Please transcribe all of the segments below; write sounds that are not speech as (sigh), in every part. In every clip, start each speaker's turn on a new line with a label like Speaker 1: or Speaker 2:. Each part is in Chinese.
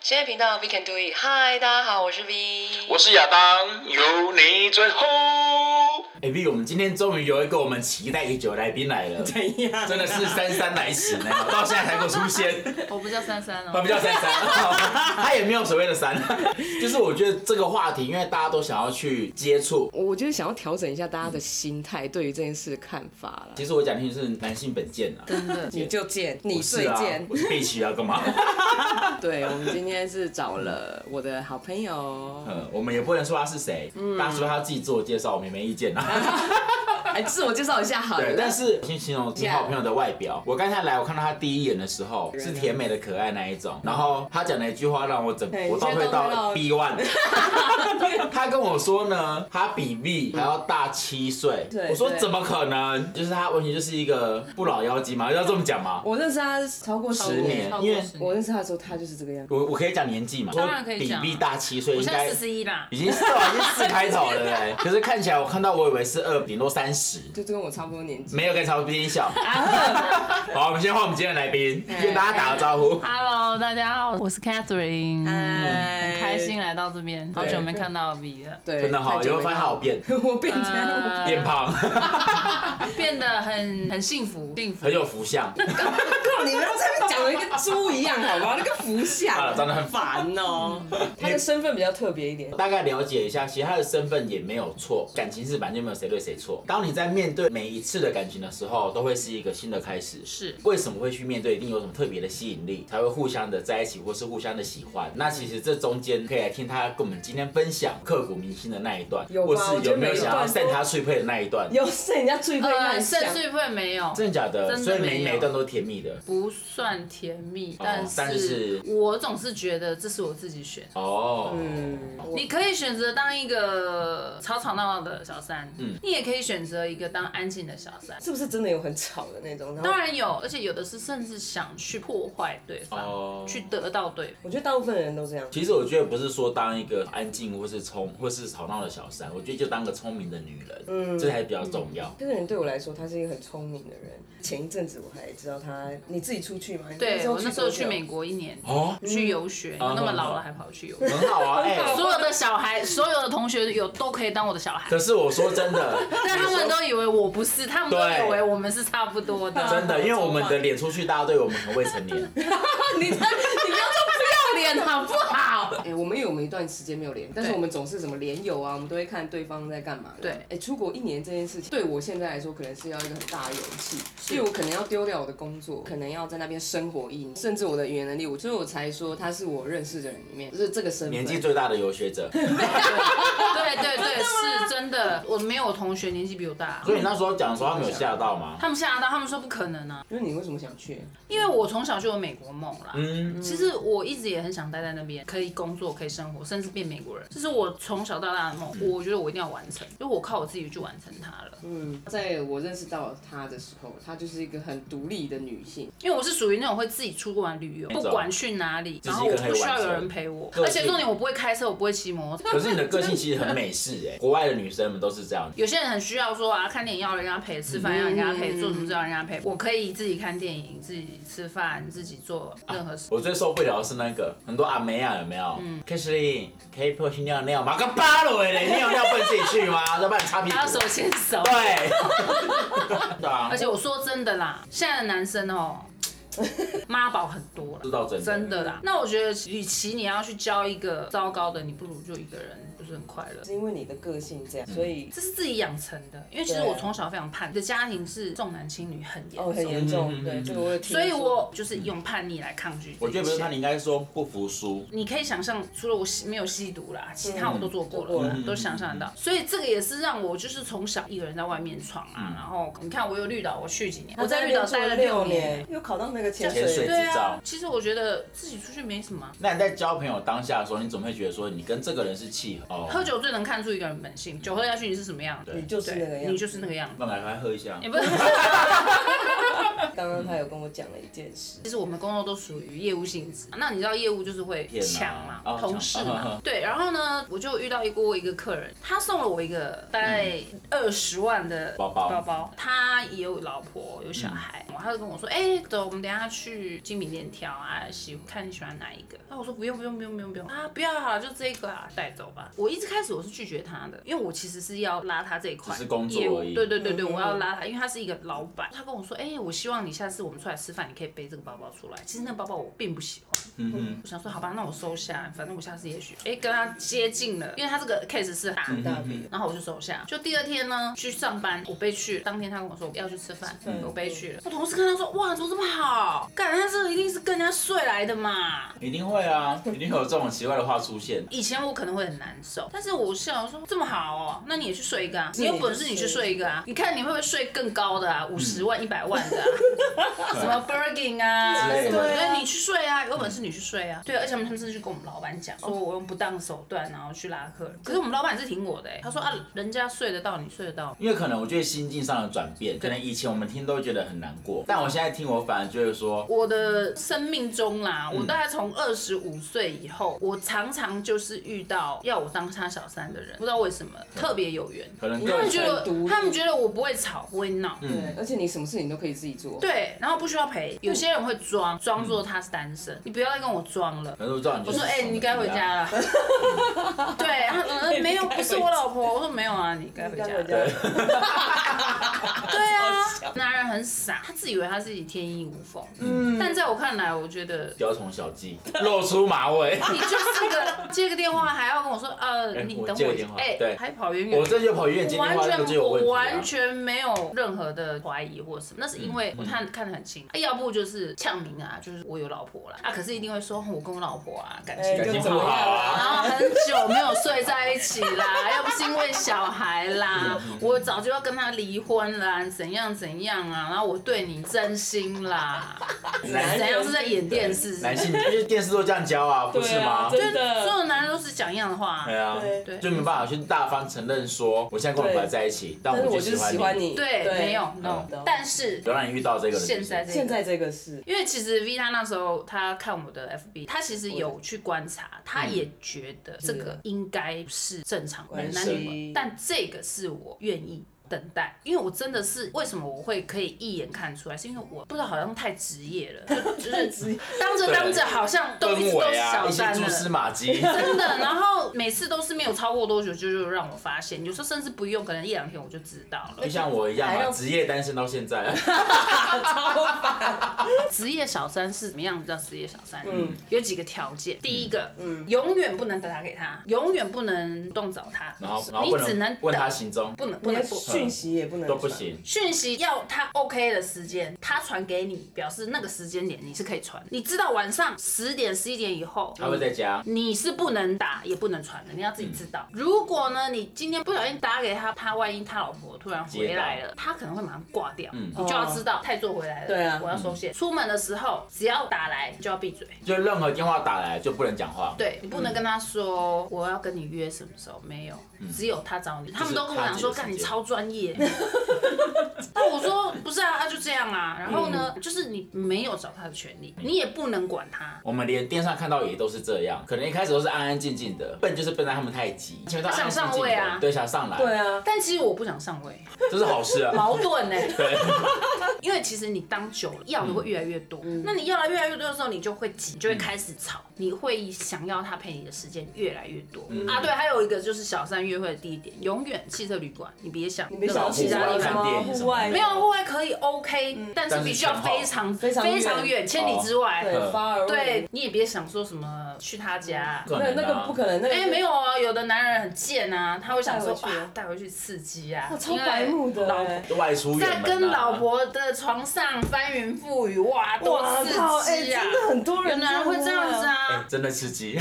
Speaker 1: 深夜频道 We Can Do It。嗨，大家好，我是 V。
Speaker 2: 我是亚当，有你最后。
Speaker 3: A V，我们今天终于有一个我们期待已久的来宾来了，
Speaker 4: 怎样？啊
Speaker 3: 真的是姗姗来迟
Speaker 4: (laughs)
Speaker 3: 呢，到现在才给我出现，
Speaker 5: 我不叫珊珊
Speaker 3: 他
Speaker 5: 哦
Speaker 3: 不，叫姗姗，他也没有所谓的姗， (laughs) 就是我觉得这个话题，因为大家都想要去接触。
Speaker 4: 我就是想要调整一下大家的心态，对于这件事的看法啦。
Speaker 3: 其实我讲清楚是男性本贱啊，
Speaker 5: 真的。
Speaker 4: 你就贱，你
Speaker 3: 我是
Speaker 4: 最
Speaker 3: 啊 (laughs)
Speaker 4: 贱，。
Speaker 3: 我是必须要干嘛？
Speaker 4: 对，我们今天是找了我的好朋友，
Speaker 3: 呃，我们也不能说他是谁，大叔他自己自我介绍，我们也没意见啊。
Speaker 4: 哎，自我介绍一下好了
Speaker 3: 对，。但是先形容你好朋友的外表。我刚才来，我看到他第一眼的时候是甜美的可爱那一种，然后他讲了一句话让我整
Speaker 4: 对
Speaker 3: 我倒退
Speaker 4: 你现在倒
Speaker 3: 到
Speaker 4: 退
Speaker 3: B one。他
Speaker 5: (laughs)
Speaker 3: 跟我说呢，他比 V 还要大七岁
Speaker 4: 对。
Speaker 3: 我说
Speaker 4: 对
Speaker 3: 怎么可能？就是他完全就是一个不老妖精嘛，要这么讲吗？
Speaker 4: 我认识他超过
Speaker 5: 超
Speaker 4: 十
Speaker 5: 过
Speaker 4: 年，
Speaker 5: 超
Speaker 3: 因
Speaker 5: 过
Speaker 3: 为
Speaker 5: 十
Speaker 4: 我
Speaker 5: 年。
Speaker 4: 认识他的时候他就是这个样子。
Speaker 3: 我我可以讲年纪嘛，说
Speaker 5: 当然可以
Speaker 3: 比
Speaker 5: 讲啊
Speaker 3: V 大七岁，
Speaker 5: 我
Speaker 3: 应
Speaker 5: 现在
Speaker 3: 该
Speaker 5: 四十一啦，
Speaker 3: 已经四已经四开头了嘞。可是看起来我看到我以为是二，顶多三十。
Speaker 4: 就跟我差不多年纪，
Speaker 3: 没有跟曹斌小。
Speaker 4: 啊
Speaker 3: (laughs) 好，我们先换我们今天的来宾，
Speaker 4: 哎
Speaker 3: 跟大家打个招呼。
Speaker 5: Hello，大家好，我是 Catherine，
Speaker 3: 嗯
Speaker 4: 嗨
Speaker 5: 很开心来啊到这边，好久没看到 V 了，
Speaker 4: 哎对，
Speaker 3: 真的好，
Speaker 4: 太
Speaker 3: 有
Speaker 4: 哎久
Speaker 3: 没
Speaker 4: 没嗯
Speaker 3: 有发现好变？
Speaker 4: 看到我变成
Speaker 5: 呃
Speaker 3: 变胖， (laughs)
Speaker 5: 变得很很幸福，幸福
Speaker 3: 很。有福相。
Speaker 4: 靠，你不要在那边讲的跟猪一样好吗？那个
Speaker 3: (laughs)
Speaker 4: 福
Speaker 3: 啊
Speaker 4: 相，
Speaker 3: 长得很
Speaker 4: 烦哦。他的身份比较特别一点，
Speaker 3: 大概了解一下，其实他的身份也没有错，感情是本来就没有谁对谁错。当你在面对每一次的感情的时候，都会是一个新的开始。
Speaker 5: 是
Speaker 3: 为什么会去面对？一定有什么特别的吸引力，才会互相的在一起，或是互相的喜欢。那其实这中间可以来听他跟我们今天分享刻骨铭心的那一段，
Speaker 4: 有吧
Speaker 3: 或是有没有
Speaker 4: 我觉得每一
Speaker 3: 想要
Speaker 4: 段
Speaker 3: 扇
Speaker 4: 都
Speaker 3: 他脆配的那一段。
Speaker 4: 有是人家最会乱
Speaker 5: 呃，
Speaker 4: 想
Speaker 5: 甚，至会没有，
Speaker 3: 真的假的？
Speaker 5: 真的
Speaker 3: 所以
Speaker 5: 没
Speaker 3: 每
Speaker 5: 有
Speaker 3: 每一段都甜蜜的。
Speaker 5: 不算甜蜜，
Speaker 3: 但是
Speaker 5: 是我总是觉得这是我自己选的。
Speaker 3: 哦，
Speaker 4: 嗯，我
Speaker 5: 你可以选择当一个吵吵闹闹的小三，你也可以选择一个当安静的小三。
Speaker 4: 是不是真的有很吵的那种？然后
Speaker 5: 当然有，而且有的是甚至想去破坏对方，
Speaker 3: 哦
Speaker 5: 去得到对方。
Speaker 4: 我觉得大部分人都这样。
Speaker 3: 其实我觉得不是说当一个安静或是聪或是吵闹的小三，我觉得就当个聪明的女人，嗯，这才比较重要。
Speaker 4: 这个人对我来说，他是一个很聪明的人。前一阵子我还知道他，你自己出去吗？你
Speaker 5: 对我那时候去美
Speaker 4: 国，
Speaker 5: 国一年，
Speaker 3: 哦，
Speaker 5: 去游学，
Speaker 3: 嗯
Speaker 5: 那么老了还跑去游学。 (laughs)
Speaker 3: 很好 (laughs) 啊，哎、
Speaker 5: 所有的
Speaker 3: (laughs)
Speaker 5: 小孩，所有的同学有都可以当我的小孩，
Speaker 3: 可是我说真 (laughs) 的，
Speaker 5: 但他们都以为我不是，他们都
Speaker 3: 对
Speaker 5: 以为我们是差不多的。 (laughs)
Speaker 3: 真的，因为我们的脸出去，大家对我们很未成年。 (laughs)
Speaker 4: (laughs)
Speaker 5: 你的你不要 (laughs) 说不要脸好不
Speaker 3: (laughs)
Speaker 5: 好？
Speaker 4: 哎、我们有我们一段时间没有联，但是我们总是什么联友啊，我们都会看对方在干嘛。
Speaker 5: 对
Speaker 4: 哎、出国一年这件事情，对我现在来说，可能是要一个很大的勇气，所以我可能要丢掉我的工作，可能要在那边生活一年，甚至我的语言能力，我所以我才说他是我认识的人里面，就是这个身份。
Speaker 3: 年纪最大的游学者，
Speaker 5: 对对对，是真的。我没有同学年纪比我大，
Speaker 3: 所以你那时候讲的时候，他们有吓到吗？
Speaker 5: 他们吓到，他们说不可能啊，
Speaker 4: 那你为什么想去？
Speaker 5: 因为我从小就有美国梦啦。
Speaker 3: 嗯，
Speaker 5: 其实我一直也很想待在那边，可以工作，可以生活，甚至变美国人，这是我从小到大的梦。我觉得我一定要完成，就我靠我自己去完成它了。
Speaker 4: 嗯，在我认识到她的时候，她就是一个很独立的女性。
Speaker 5: 因为我是属于那种会自己出国玩旅游，不管去哪里，
Speaker 3: 自
Speaker 5: 然
Speaker 3: 己
Speaker 5: 后
Speaker 3: 一个
Speaker 5: 我
Speaker 3: 人
Speaker 5: 不需要
Speaker 3: 可以完成
Speaker 5: 有人陪我，
Speaker 3: 个性
Speaker 5: 而且重点我不会开车，我不会骑摩托车。 (laughs)
Speaker 3: 可是你的个性其实很美式哎、国外的女生们都是这样。
Speaker 5: 有些人很需要说啊，看电影要人家陪，吃饭要人家陪，做什么事要人家
Speaker 3: 嗯
Speaker 5: 陪。我可以自己看电影，自己吃饭，自己做任何事。
Speaker 3: 我最受不了的是那个很多阿梅啊，有没有？嗯 k a s h l y 可以陪我去尿尿吗？个巴了嘞，尿尿不能自己去吗？ (laughs) 要不然擦屁股
Speaker 5: 还要。手牵手。
Speaker 3: 啊对， (laughs) 啊对啊
Speaker 5: 而，且我说真的啦，现在的男生哦、
Speaker 3: (laughs)
Speaker 5: 妈宝很多
Speaker 3: 知
Speaker 5: 了，
Speaker 3: 道真的
Speaker 5: 真的啦。那我觉得，与其你要去交一个糟糕的，你不如就一个人，不是很快乐。
Speaker 4: 是因为你的个性
Speaker 5: 嗯
Speaker 4: 这样，所以
Speaker 5: 这是自己养成的，因为其实
Speaker 4: 对
Speaker 5: 我从小非常叛逆，的家庭是重男轻女很严
Speaker 4: 哦很
Speaker 5: 重，
Speaker 4: 严
Speaker 3: 嗯
Speaker 4: 重，
Speaker 3: 嗯
Speaker 4: 对
Speaker 3: 嗯
Speaker 4: 这个我有听
Speaker 5: 所
Speaker 4: 说，
Speaker 5: 以我就是用叛逆来抗拒。
Speaker 3: 我觉得不是他，你，应该说不服输。
Speaker 5: 你可以想象，除了我吸没有吸毒啦，其他我都做过
Speaker 4: 嗯做过
Speaker 5: 了，
Speaker 4: 了嗯
Speaker 5: 都想象得到。所以这个也是让我就是从小一个人在外面闯
Speaker 3: 嗯
Speaker 5: 啊，然后你看我有绿岛，我去几年，我在绿岛待了六年，，
Speaker 4: 又考到那个潜
Speaker 3: 潜水
Speaker 4: 水，
Speaker 5: 对
Speaker 3: 制造
Speaker 5: 啊，其实我觉得自己出去没什么啊。
Speaker 3: 那你在交朋友当下的时候，你总会觉得说你跟这个人是契合
Speaker 5: 喝
Speaker 3: 哦。
Speaker 5: 酒最能看出一个人本性，酒喝下去你是什么样的，
Speaker 3: 对
Speaker 4: 你就是那个
Speaker 5: 对，
Speaker 4: 样
Speaker 5: 你
Speaker 4: 子。
Speaker 5: 就是那个样子。
Speaker 3: 那我们来喝一下
Speaker 5: 哎也。不是，
Speaker 4: 刚刚他有跟我讲了一件事，
Speaker 5: 其实我们工作都属于业务性质。那你知道业务就是会
Speaker 3: 骗啊
Speaker 5: 抢嘛，
Speaker 3: 哦
Speaker 5: 同事
Speaker 3: 抢 (laughs)
Speaker 5: 嘛，对。然后呢，我就遇到一过一个客人，他送了我一个大概二十万的
Speaker 3: 嗯包包嗯
Speaker 5: 包包，他也有老婆有小孩，完，他就跟我说：“哎、走，我们等一下去精品店挑啊，喜看你喜欢哪一个。”那我说：“不用，不用，不用，不用，不用啊，不要好了，就这个啊，带走吧。”我一直开始我是拒绝他的，因为我其实是要拉他这一块
Speaker 3: 只是工作
Speaker 5: 业务
Speaker 3: 而已
Speaker 5: 对对对对，
Speaker 4: 嗯
Speaker 5: 我要拉他，因为他是一个老板。他跟我说：“哎、我希望你下次我们出来吃饭，你可以背这个包包出来。”其实那个包包我并不喜欢。
Speaker 3: 嗯哼，
Speaker 5: 我想说，好吧，那我收下，反正我下次也许哎、跟他接近了，因为他这个 case 是大
Speaker 3: 嗯
Speaker 5: 的，然后我就收下。就第二天呢去上班，我被去了，当天他跟我说要去吃饭，
Speaker 3: 嗯
Speaker 5: 我被去了。我同事看他说，哇，你怎么这么好？感他这个一定是跟人家睡来的嘛。
Speaker 3: 一定会
Speaker 5: (laughs)
Speaker 3: 啊，一定会有这种奇怪的话出现。
Speaker 5: 以前我可能会很难受，但是我想说这么好哦，那你也去睡一个啊，你有本事你去睡一个啊，你看你会不会睡更高的
Speaker 3: 嗯
Speaker 5: 啊，五十万、一百万的、啊，
Speaker 3: (laughs)
Speaker 5: 什么 Bergin 啊，
Speaker 3: 之类的
Speaker 5: 什么，
Speaker 4: 对啊
Speaker 5: 那你去睡啊，有本事你去睡啊，对，而且他们甚至去跟我们老板讲，说我用不当手段然后去拉客人，可是我们老板是挺我的、欸，他说啊，人家睡得到，你睡得到吗，
Speaker 3: 因为可能我觉得心境上的转变，可能以前我们听都觉得很难过，但我现在听我反而觉得说，
Speaker 5: 我的生命中啦，
Speaker 3: 嗯
Speaker 5: 我大概从二十五岁以后，我常常就是遇到要我当他小三的人，不知道为什么特别有缘。
Speaker 3: 可能
Speaker 5: 他
Speaker 3: 更
Speaker 5: 们觉得
Speaker 4: 很独立嗯
Speaker 5: 他们觉得我不会吵，不会闹。
Speaker 4: 对，而且你什么事情都可以自己做。
Speaker 5: 对，啊然后不需要赔。有些人会装，装作他是单身，你不要再跟我装了。
Speaker 3: 可能我知道你就
Speaker 5: 我
Speaker 3: 是
Speaker 5: 说，哎、
Speaker 3: 什么
Speaker 5: 你该回
Speaker 3: 人啊
Speaker 5: 家了。 (laughs) 对，他呃没有，不是我老婆。我说没有啊，你该回家了。对啊，男人很傻，他自以为他自己天衣无缝。嗯，但在我看来，我觉得
Speaker 3: (laughs) 雕虫小技，露出马尾。
Speaker 5: 你就是个接个电话还要跟我说，呃，
Speaker 3: 哎
Speaker 5: 你
Speaker 3: 我
Speaker 5: 等
Speaker 3: 接
Speaker 5: 我
Speaker 3: 个
Speaker 5: 一下
Speaker 3: 电，话
Speaker 5: 哎
Speaker 3: 对，
Speaker 5: 还跑远
Speaker 3: (laughs)
Speaker 5: 远
Speaker 3: 我
Speaker 5: 的。
Speaker 3: 这就跑医院接
Speaker 5: 我
Speaker 3: 电
Speaker 5: 完
Speaker 3: 话，那个就
Speaker 5: 全
Speaker 3: 有
Speaker 5: 我
Speaker 3: 问题啊
Speaker 5: 完全没有任何的怀疑或什么，那是因
Speaker 3: 嗯
Speaker 5: 为我看看得很清，啊，要不就是呛明啊，就是我有老婆啦，啊，可是一定会说我跟我老婆啊感情
Speaker 3: 感情
Speaker 4: 就
Speaker 3: 不
Speaker 4: 怎么
Speaker 3: 好
Speaker 5: 然
Speaker 3: 啊。
Speaker 5: 后很久没有睡在一起
Speaker 3: (laughs)
Speaker 5: 啦，要不是因为小孩
Speaker 3: 嗯
Speaker 5: 啦，我早就要跟他离婚啦，怎样怎样啊，然后我对你真心啦，怎
Speaker 3: 男
Speaker 5: 样是在演电视是不是？
Speaker 3: 男性就是电视都这样教啊，不是吗？
Speaker 6: 对啊真的
Speaker 5: 所有男人都是讲一样的话啊，
Speaker 3: 对啊，
Speaker 5: 对
Speaker 3: 就没办法去大方承认说，我现在跟我老婆在一起，但
Speaker 4: 但是
Speaker 3: 我
Speaker 4: 我
Speaker 3: 就
Speaker 4: 就是
Speaker 3: 喜
Speaker 4: 喜
Speaker 3: 欢
Speaker 4: 欢
Speaker 3: 你。
Speaker 4: 你。
Speaker 5: 对，
Speaker 4: 对
Speaker 5: 没有
Speaker 4: 嗯
Speaker 5: no，但是
Speaker 3: 有让你遇到这个人，
Speaker 5: 现在这个
Speaker 4: 现在这个是
Speaker 5: 因为其实 Vina 那时候她看我的 FB，她其实有去观察，她也觉得这个应该是正常的
Speaker 4: 关
Speaker 5: 男女关
Speaker 4: 系
Speaker 5: 但这个是我愿意。等待，因为我真的是为什么我会可以一眼看出来，是因为我不知道好像太职业了，就就是当着当着好像都一
Speaker 3: 氛
Speaker 5: 直都
Speaker 3: 围
Speaker 5: 是
Speaker 3: 啊，
Speaker 5: 小
Speaker 3: 一些
Speaker 5: 三
Speaker 3: 蛛
Speaker 5: 了，
Speaker 3: 丝马迹。
Speaker 5: (laughs) 真的，然后每次都是没有超过多久就就让我发现，有时候甚至不用，可能一两天我就知道了
Speaker 3: 就。像我一样
Speaker 4: 还
Speaker 5: 哎
Speaker 3: 嘛，
Speaker 4: 要
Speaker 3: 职业单身到现
Speaker 5: (laughs)
Speaker 3: 在，
Speaker 5: 职业小三是怎么样？叫职业小三？嗯，有几个条件。第一个，嗯，永远不能打给他，永远不能动找他，
Speaker 3: 然后然后
Speaker 5: 你
Speaker 3: 不
Speaker 5: 只能
Speaker 3: 能问他
Speaker 5: 等
Speaker 3: 行踪，
Speaker 5: 不能不能
Speaker 4: 连
Speaker 5: 不。
Speaker 4: 讯息也不能
Speaker 3: 嗯都不
Speaker 4: 传。
Speaker 3: 行。
Speaker 5: 讯息要他 OK 的时间，他传给你，表示那个时间点你是可以传。你知道晚上十点、十一点以后，
Speaker 3: 他会在家，
Speaker 5: 你是不能打也不能传的，你要自己知道。
Speaker 3: 嗯
Speaker 5: 如果呢，你今天不小心打给他，他万一他老婆突然回来了，他可能会马上挂掉，
Speaker 3: 嗯
Speaker 5: 你就要知道太座回来了，
Speaker 4: 对啊
Speaker 5: 我要收线。出门的时候只要打来，你就要闭嘴。
Speaker 3: 就任何电话打来就不能讲话。
Speaker 5: 对你不能跟他说我要跟你约什么时候，没有，只有他找你。他们都跟我讲说，
Speaker 3: 嗯就是他自己的时间
Speaker 5: 干你超专业。
Speaker 3: (laughs)
Speaker 5: 那我说不是啊，他就这样啊。然后
Speaker 3: 嗯
Speaker 5: 呢，就是你没有找他的权利，你也不能管他。
Speaker 3: 我们连电视上看到也都是这样，可能一开始都是安安静静的，笨就是笨在他们太急，前面都安安静
Speaker 5: 他想上
Speaker 3: 静
Speaker 5: 位
Speaker 3: 的，
Speaker 5: 啊
Speaker 3: 对，想上来，
Speaker 4: 对，啊，
Speaker 5: 但其实我不想上
Speaker 3: (laughs)
Speaker 5: 位，
Speaker 3: 这是好事啊。
Speaker 5: 矛盾欸呢、
Speaker 3: (laughs) 对，
Speaker 5: 因为其实你当久了，要的
Speaker 4: 嗯
Speaker 5: 会越来越多。那你要的越来越多的时候，你就会急，你就会开始吵，你会想要他陪你的时间越来越多、
Speaker 4: 嗯
Speaker 5: 啊。对，还有一个就是小三约会的地点，永远汽车旅馆，你别想，
Speaker 4: 你别想
Speaker 5: 那
Speaker 4: 要
Speaker 5: 种其
Speaker 4: 去
Speaker 5: 他地
Speaker 4: 什
Speaker 3: 看
Speaker 5: 方。
Speaker 4: 么
Speaker 3: 电影什
Speaker 4: 户
Speaker 3: 么
Speaker 4: 外，嗯
Speaker 5: 没有户外可以 OK，、但是哦
Speaker 3: 但是
Speaker 5: 必须要
Speaker 3: 前后
Speaker 5: 非常
Speaker 4: 非常
Speaker 5: 非常远，千里之外。
Speaker 3: 嗯
Speaker 4: 对嗯 far away。
Speaker 5: 对，你也别想说什么去他家。
Speaker 3: 可
Speaker 4: (laughs) 那
Speaker 3: 能
Speaker 4: 那个不
Speaker 3: 能
Speaker 4: 可能，那个
Speaker 5: 哎、没有啊，有的男人很贱啊，他会想说
Speaker 4: 带回去
Speaker 5: 啊带回去刺激啊，
Speaker 4: 哇超白目的
Speaker 5: 老
Speaker 4: 哎，
Speaker 3: 外出远门
Speaker 5: 在
Speaker 3: 啊
Speaker 5: 跟老婆的床上翻云覆雨，哇，多
Speaker 4: 哇
Speaker 5: 刺
Speaker 4: 靠，哎，
Speaker 5: 激啊！
Speaker 4: 真的很多
Speaker 5: 有
Speaker 4: 人
Speaker 5: 男人会这样子
Speaker 4: 啊，
Speaker 3: 哎
Speaker 5: 啊，
Speaker 3: 真的刺 (laughs) 激，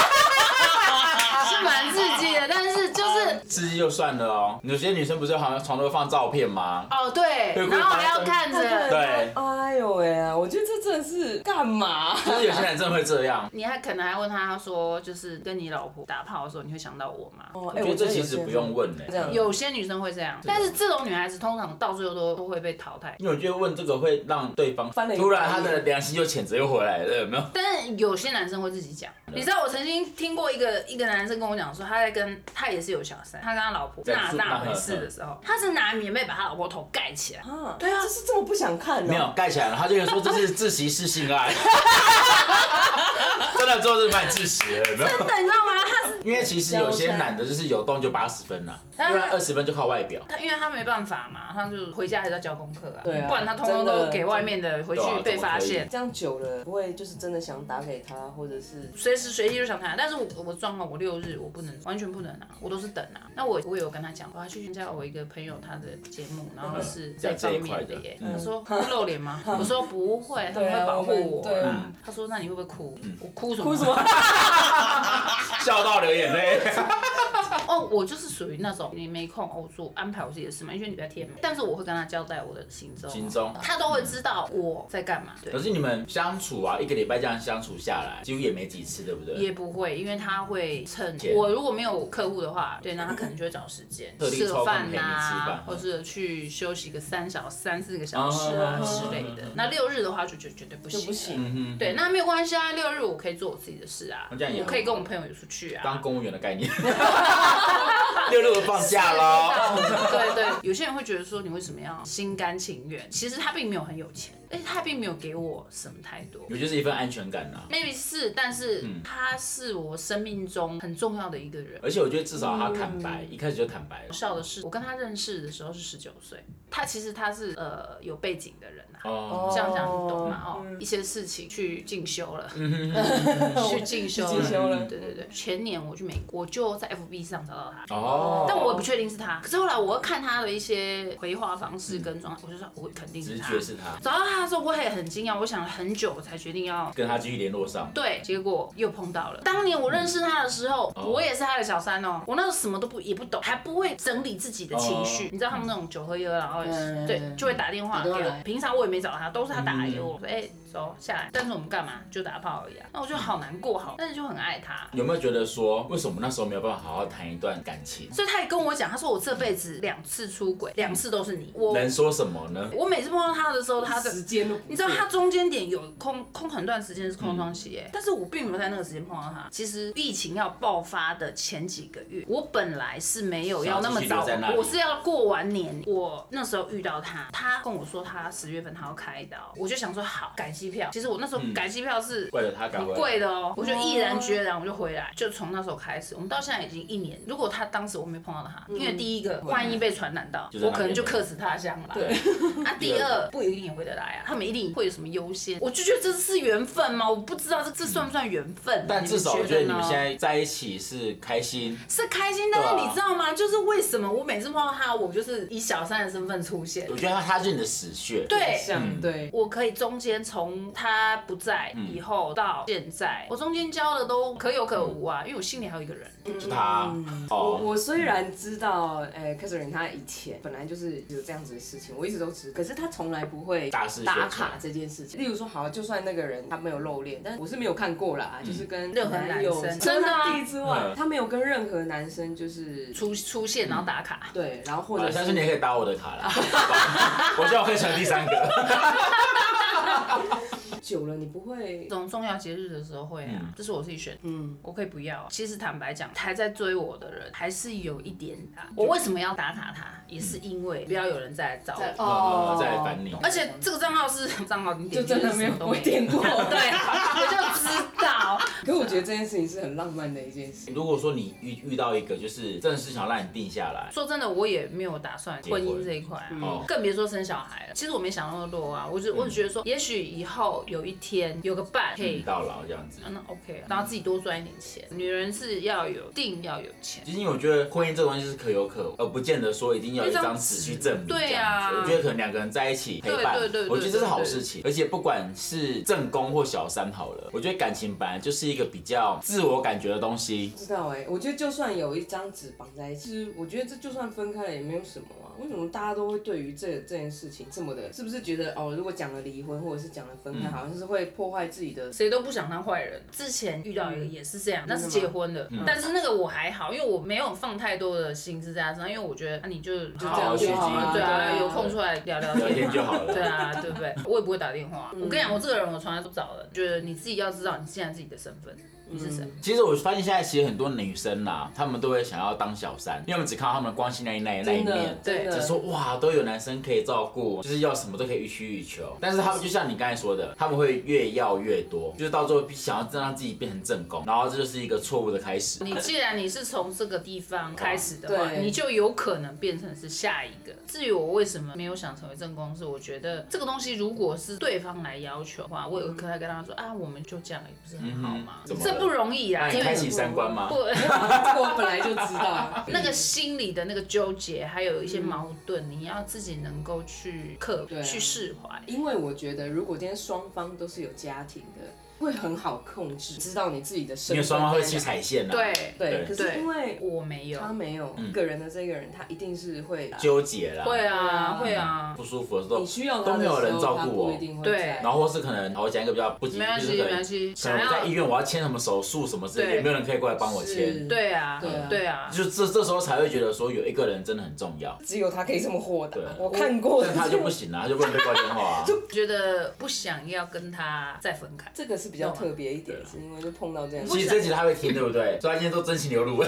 Speaker 3: 哎
Speaker 5: (laughs) 是蛮刺激的，但是就是。
Speaker 3: 刺激就算了哦。有些女生不是好像床头会放照片吗？
Speaker 4: 啊
Speaker 5: 哦，对，
Speaker 3: 对
Speaker 5: 然后还要看
Speaker 4: 他真的
Speaker 5: 着，
Speaker 3: 对
Speaker 4: 哎呦喂啊！我觉得这真的是，干嘛？
Speaker 3: 就是有些人真的会这样。
Speaker 5: 你还可能还问他说，就是跟你老婆打炮的时候，你会想到我吗？
Speaker 4: 哦，
Speaker 3: 我觉得这其实不用问欸
Speaker 4: 这
Speaker 3: 嘞
Speaker 4: 样，
Speaker 5: 有些女生会这样，但是这种女孩子通常到最后都都会被淘汰。
Speaker 3: 因为我觉得问这个会让对方
Speaker 4: 翻了一个
Speaker 3: 突然他的良心又谴责又回来了，有没有？
Speaker 5: 但是有些男生会自己讲，你知道我曾经听过一个一个男生跟我讲说，他在跟他也是有小三，他跟他老婆
Speaker 3: 在
Speaker 5: 那
Speaker 3: 住
Speaker 5: 那
Speaker 3: 那
Speaker 5: 回事的时候，他是拿棉被把他老婆头盖起来， (laughs)
Speaker 4: 啊，对啊，就是这么不想看哦
Speaker 3: 没有，盖起来了，他就跟说这是窒 (laughs) 息式性
Speaker 5: (laughs)
Speaker 3: 爱，真的做是蛮窒息的，有没有？
Speaker 5: 真的你知道吗？他是
Speaker 3: 因为其实有些男的就是有动就八十分了，不
Speaker 5: 当然
Speaker 3: 然二十分就靠外
Speaker 5: (laughs)
Speaker 3: 表。
Speaker 5: 他，因为他没办法嘛，他就回家还是要交功课啊，
Speaker 4: 对啊
Speaker 5: 不然他通通
Speaker 4: 真的
Speaker 5: 都给外面的回去
Speaker 3: 对啊
Speaker 5: 被发现。
Speaker 4: 这样久了不会就是真的想打给他，或者是
Speaker 5: 随时随地就想谈，但是我我状况我六日我不能完全不能啊，我都是等啊。那我我有跟他讲，我要去参加我一个朋友他的节目，然后是这方面的耶。
Speaker 3: 嗯
Speaker 5: 他说不露脸吗？我说不会，他们会保护我。
Speaker 4: 对啊，
Speaker 5: 他说那你会不会哭？我哭什么？
Speaker 4: 哭什么？
Speaker 3: 笑到流眼泪。
Speaker 5: (laughs) 哦，我就是属于那种你没空，哦我做安排我自己的事嘛，因为你比较天嘛。但是我会跟他交代我的行踪，
Speaker 3: 行踪
Speaker 5: 他都会知道我在干嘛。对
Speaker 3: 可。是你们相处啊，一个礼拜这样相处下来，几乎也没几次，对不对？
Speaker 5: 也不会，因为他会趁
Speaker 3: 钱
Speaker 5: 我如果没有客户的话，对，那他可能就会找时间
Speaker 3: 特地
Speaker 5: 吃个
Speaker 3: 抽空陪
Speaker 5: 饭
Speaker 3: 你吃
Speaker 5: 呐
Speaker 3: 饭，嗯
Speaker 5: 或是去休息个三小三四个小时啊
Speaker 3: 哦
Speaker 5: 之类的。那六日的话就绝绝对不
Speaker 4: 就
Speaker 5: 行，
Speaker 4: 不。行，
Speaker 3: 嗯哼，
Speaker 5: 对，那没有关系啊，六日我可以做我自己的事啊，
Speaker 3: 那这样也
Speaker 5: 我
Speaker 3: 好
Speaker 5: 可以跟我朋友出去啊。
Speaker 3: 当公务员的概
Speaker 5: (laughs)
Speaker 3: 念。 (laughs) 六六放假喽，
Speaker 5: 对对，有些人会觉得说你为什么要心甘情愿？其实他并没有很有钱，而且他并没有给我什么太多。
Speaker 3: 我就是一份安全感呐、
Speaker 5: maybe 是，但是
Speaker 3: 嗯
Speaker 5: 他是我生命中很重要的一个人。
Speaker 3: 而且我觉得至少他坦白，
Speaker 5: 嗯
Speaker 3: 一开始就坦白了
Speaker 5: 好。笑的是，我跟他认识的时候是十九岁，他其实他是呃有背景的人啊。
Speaker 3: 哦，
Speaker 5: 这样讲你懂吗？
Speaker 4: 嗯
Speaker 5: 哦，一些事情去进修了，
Speaker 3: 嗯
Speaker 5: (laughs) 去进修嗯
Speaker 4: 进修了
Speaker 5: 对对对，前年我去美国，我就在 FB 上找到他，
Speaker 3: 哦，
Speaker 5: 但我也不确定是他。可是后来我又看他的一些回话方式跟状态，我就说我肯定是
Speaker 3: 直
Speaker 5: 他。
Speaker 3: 觉是他
Speaker 5: 找到他的时候，我也很惊讶，我想了很久，我才决定要
Speaker 3: 跟他继续联络上。
Speaker 5: 对，结果又碰到了。当年我认识他的时候，
Speaker 3: 哦
Speaker 5: 我也是他的小三哦、我那时候什么都不也不懂，还不会整理自己的情绪。
Speaker 3: 哦
Speaker 5: 你知道他们那种酒喝一喝，然后、
Speaker 4: 嗯
Speaker 5: 对就会打电话给
Speaker 4: 打电话
Speaker 5: 我
Speaker 4: 来。
Speaker 5: 平常我也没找他，都是他打给
Speaker 3: 嗯
Speaker 5: 我，说哎、走下来。但是我们干嘛？就打炮而已啊。那我就好难过，好，但是就很爱他。
Speaker 3: 有没有觉得说，为什么那时候没有办法好好谈一段感情？
Speaker 5: 所以他也跟我讲，他说我这辈子两次出轨，两次都是你。我
Speaker 3: 能说什么呢？
Speaker 5: 我每次碰到他的时候，他的
Speaker 4: 时间都不
Speaker 5: 你知道他中间点有空空很段时间是空窗期
Speaker 3: 嗯
Speaker 5: 耶、但是我并没有在那个时间碰到他。其实疫情要爆发的前几个月，我本来是没有要那么
Speaker 3: 想要继
Speaker 5: 早
Speaker 3: 续留在那，里
Speaker 5: 我是要过完年，我那时候遇到他，他跟我说他十月份他要开刀，我就想说好赶机票。其实我那时候赶机票是。
Speaker 3: 嗯怪了他赶
Speaker 5: 很
Speaker 3: 回来
Speaker 5: 贵的哦，我就毅然决然我就回来，就从那时候开始，我们到现在已经一年。如果他当时我没碰到他，因为第一个万一被传染到
Speaker 3: 嗯就，在那
Speaker 5: 我
Speaker 3: 边
Speaker 5: 可能就客死他乡了。
Speaker 3: 对，
Speaker 5: (laughs) 啊，第二不一定也回得来啊，他们一定会有什么优先，我就觉得这是缘分吗？我不知道这这算不算缘分、
Speaker 3: 但至少我
Speaker 5: 们
Speaker 3: 觉得你
Speaker 5: 呢
Speaker 3: 们现在在一起是开心，
Speaker 5: 是开心，但
Speaker 3: 对
Speaker 5: 是
Speaker 3: 啊
Speaker 5: 你知道吗？就是为什么我每次碰到他，我就是以小三的身份出现
Speaker 3: 我，觉得他他是你的死穴。
Speaker 5: 对。
Speaker 4: 想
Speaker 3: 嗯
Speaker 4: 对，
Speaker 5: 我可以中间从他不在以后到现在，我中间交的都可有可无啊，因为我心里还有一个人。
Speaker 3: 是他
Speaker 5: 嗯
Speaker 4: 我
Speaker 3: 哦，
Speaker 4: 我虽然知道，哎，Catherine 她以前本来就是有这样子的事情，我一直都知，可是她从来不会
Speaker 3: 大肆宣
Speaker 4: 打
Speaker 3: 传
Speaker 4: 卡这件事情。例如说，好，就算那个人他没有露脸，但我是没有看过啦，就是跟
Speaker 5: 任何男
Speaker 4: 友
Speaker 5: 生
Speaker 4: 除了
Speaker 5: 真的啊
Speaker 4: 他弟之外
Speaker 3: 嗯，
Speaker 4: 他没有跟任何男生就是
Speaker 5: 出出现然后打卡，
Speaker 4: 对，然后或
Speaker 3: 啊，
Speaker 4: 者
Speaker 3: 下次你也可以打我的
Speaker 5: (laughs)
Speaker 3: 卡啦。我希望我可以成为第三个。
Speaker 4: 久了，你不会
Speaker 5: 这种重要节日的时候会啊，
Speaker 3: 嗯
Speaker 5: 这是我自己选的。
Speaker 4: 嗯。
Speaker 5: 我可以不要。其实坦白讲，还在追我的人还是有一点打。我为什么要打卡他，也
Speaker 4: 嗯
Speaker 5: 是因为不要有人再来找我。
Speaker 3: 哦再来烦你
Speaker 5: 而且这个账号是 (laughs) 账号，你
Speaker 4: 就
Speaker 5: 点进
Speaker 4: 真
Speaker 5: 去
Speaker 4: 的没有
Speaker 5: 什么都
Speaker 4: 我点
Speaker 3: (laughs)
Speaker 4: 过，
Speaker 5: 对，我就知道。 (laughs)
Speaker 4: 可我觉得这件事情是很浪漫的一件事。
Speaker 3: 如果说你遇遇到一个就是真的是想让你定下来，
Speaker 5: 说真的，我也没有打算婚姻这一块、
Speaker 4: 嗯
Speaker 5: 啊，
Speaker 3: 哦
Speaker 5: 更别说生小孩了。其实我没想那么多啊，我只我只觉得说，也许以后有一天有个伴可
Speaker 4: 嗯
Speaker 5: 以。
Speaker 3: 嗯到老这样子
Speaker 5: 啊。那 OK，然后自己多赚一点钱。女人是要有定要有钱，
Speaker 3: 其实我觉得婚姻这东西是可有可无，而不见得说一定要有一张纸去证明这样子。
Speaker 5: 对啊
Speaker 3: 我觉得可能两个人在一起陪伴，
Speaker 5: 对对对对
Speaker 3: 我觉得这是好事情。而且不管是正宫或小三好了，我觉得感情本来就是一个比较自我感觉的东西
Speaker 4: 不。知道哎、我觉得就算有一张纸绑在一起，其实我觉得这就算分开了也没有什么啊。为什么大家都会对于这这件事情这么的？是不是觉得哦，如果讲了离婚或者是讲了分开，好像长就是会破坏自己的。
Speaker 5: 谁都不想当坏人。之前遇到一个也是这样，那是结婚的，但是那个我还好，因为我没有放太多的心思在他身上，因为我觉得啊，你就好
Speaker 4: 这样
Speaker 5: 去
Speaker 4: 就好啊
Speaker 5: 对啊，
Speaker 4: 对啊
Speaker 5: 有空出来聊聊
Speaker 3: 聊天就
Speaker 5: 好。
Speaker 3: 好了。
Speaker 5: 对啊，对不对？我也不会打电话。我跟你讲，我这个人我从来都不找人，觉得你自己要知道你现在自己的身份，你是谁。
Speaker 3: 其实我发现现在其实很多女生啦，她们都会想要当小三，因为我们只看到她们光鲜亮丽那一那一
Speaker 4: 真的
Speaker 3: 面，，
Speaker 4: 真
Speaker 5: 对
Speaker 3: 只
Speaker 4: 的，
Speaker 3: 说哇都有男生可以照顾，就是要什么都可以予取予求。但是他们就像你刚才说的，他们会越要越多，就是到最后想要让自己变成正宫，然后这就是一个错误的开始。
Speaker 5: 你既然你是从这个地方开始的话，
Speaker 4: 对
Speaker 5: 你就有可能变成是下一个。至于我为什么没有想成为正宫，是我觉得这个东西如果是对方来要求的话，我也会跟他跟他说啊，我们就这样，也不是很好吗？
Speaker 3: 嗯怎么了
Speaker 5: 这不容易啊，
Speaker 3: 那你
Speaker 5: 因
Speaker 3: 开
Speaker 5: 为
Speaker 3: 启三观吗？
Speaker 5: 不。。
Speaker 4: 啊这个我本来就知道啊
Speaker 3: (laughs)
Speaker 5: 那个心里的那个纠结，还有一些矛盾，你要自己能够去克
Speaker 4: 对啊
Speaker 5: 服、去释怀。
Speaker 4: 因为我觉得，如果今天双方都是有家庭的，会很好控制，知道你自己的身份。
Speaker 3: 因为双方会吃踩线啊，，
Speaker 5: 对，
Speaker 4: 对，
Speaker 3: 对嗯
Speaker 4: 可是
Speaker 5: 对
Speaker 4: 因为
Speaker 5: 我没有，
Speaker 4: 他没有个人的这个人，他一定是会
Speaker 3: 纠结啦，
Speaker 5: 会啊，
Speaker 4: 对
Speaker 5: 会啊，
Speaker 3: 不舒服的时候
Speaker 4: 你需要
Speaker 3: 都
Speaker 4: 他
Speaker 3: 没
Speaker 4: 的时
Speaker 3: 有
Speaker 4: 候，
Speaker 3: 人照
Speaker 4: 他
Speaker 3: 顾
Speaker 4: 不
Speaker 3: 我
Speaker 4: 一。定会
Speaker 5: 对
Speaker 4: 在
Speaker 3: 然后或是可能，好我讲一个比较不吉利，
Speaker 5: 没关
Speaker 3: 就是可
Speaker 5: 系，没
Speaker 3: 能
Speaker 5: 关系，
Speaker 3: 可能
Speaker 5: 想
Speaker 3: 我在
Speaker 5: 要
Speaker 3: 医院我要签什么手术什么之类的，
Speaker 5: 对
Speaker 3: 也没有人可以过来帮我签
Speaker 4: 是，
Speaker 5: 对啊，
Speaker 4: 对啊
Speaker 5: 对啊，
Speaker 3: 就这这时候才会觉得说有一个人真的很重要，
Speaker 4: 只有他可以这么豁达
Speaker 3: 对。
Speaker 4: 我看过，
Speaker 3: 但他就不行了，他就不能被挂电话
Speaker 5: (laughs)
Speaker 3: 啊。
Speaker 5: 觉得不想要跟他再分开。
Speaker 4: (laughs) 这个是比较特别一点，是因为就碰到这样。
Speaker 3: 其实这集他会听，对不对？所以他今天都真情流露。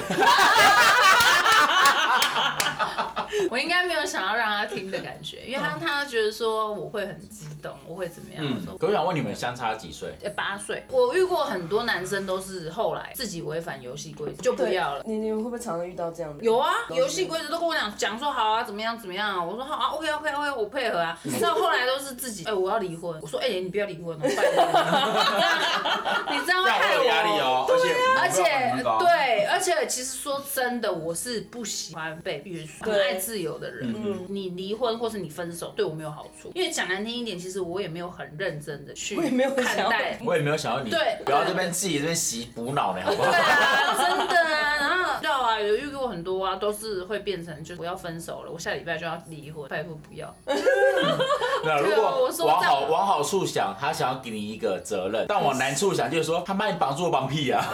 Speaker 5: 我应该没有想要让他听的感觉，因为让他觉得说我会很激动，我会怎么样？我
Speaker 3: 嗯，
Speaker 5: 说
Speaker 3: 可我想问你们相差几岁？
Speaker 5: 呃八岁，我遇过很多男生都是后来自己违反游戏规则就不
Speaker 4: 对啊
Speaker 5: 要了。
Speaker 4: 你你们会不会常常遇到这样的？
Speaker 5: 有啊，游戏规则都跟我讲讲说好啊，怎么样怎么样啊，我说好啊，OK OK OK，我配合啊。那后来都是自己，哎、我要离婚，我说哎、你不要离婚哦，拜托 (laughs) 你你这样会害我
Speaker 3: 对啊
Speaker 5: 而且呃对，而且其实说真的，我是不喜欢被约束，很
Speaker 4: 对
Speaker 5: 爱自由的人。
Speaker 4: 嗯
Speaker 5: 你离婚或是你分手，对我没有好处。因为讲难听一点，其实我也没有很认真的去
Speaker 4: 我也没有很
Speaker 5: 看
Speaker 4: 想要
Speaker 5: 待。
Speaker 3: 我也没有想要你，
Speaker 5: 对
Speaker 3: 不要这边自己这边洗补脑呢，好不
Speaker 5: (laughs)
Speaker 3: 好？
Speaker 5: 对啊，真的啊，然后对啊，有遇过很多啊，都是会变成就是我要分手了，我下礼拜就要离婚，拜托不要。
Speaker 3: (laughs) 那啊如
Speaker 5: 啊我
Speaker 3: 果
Speaker 5: 说
Speaker 3: 往
Speaker 5: 这样
Speaker 3: 好往好处想，他想要给你一个责任，但往难处想，就是说他把你绑住我绑屁啊，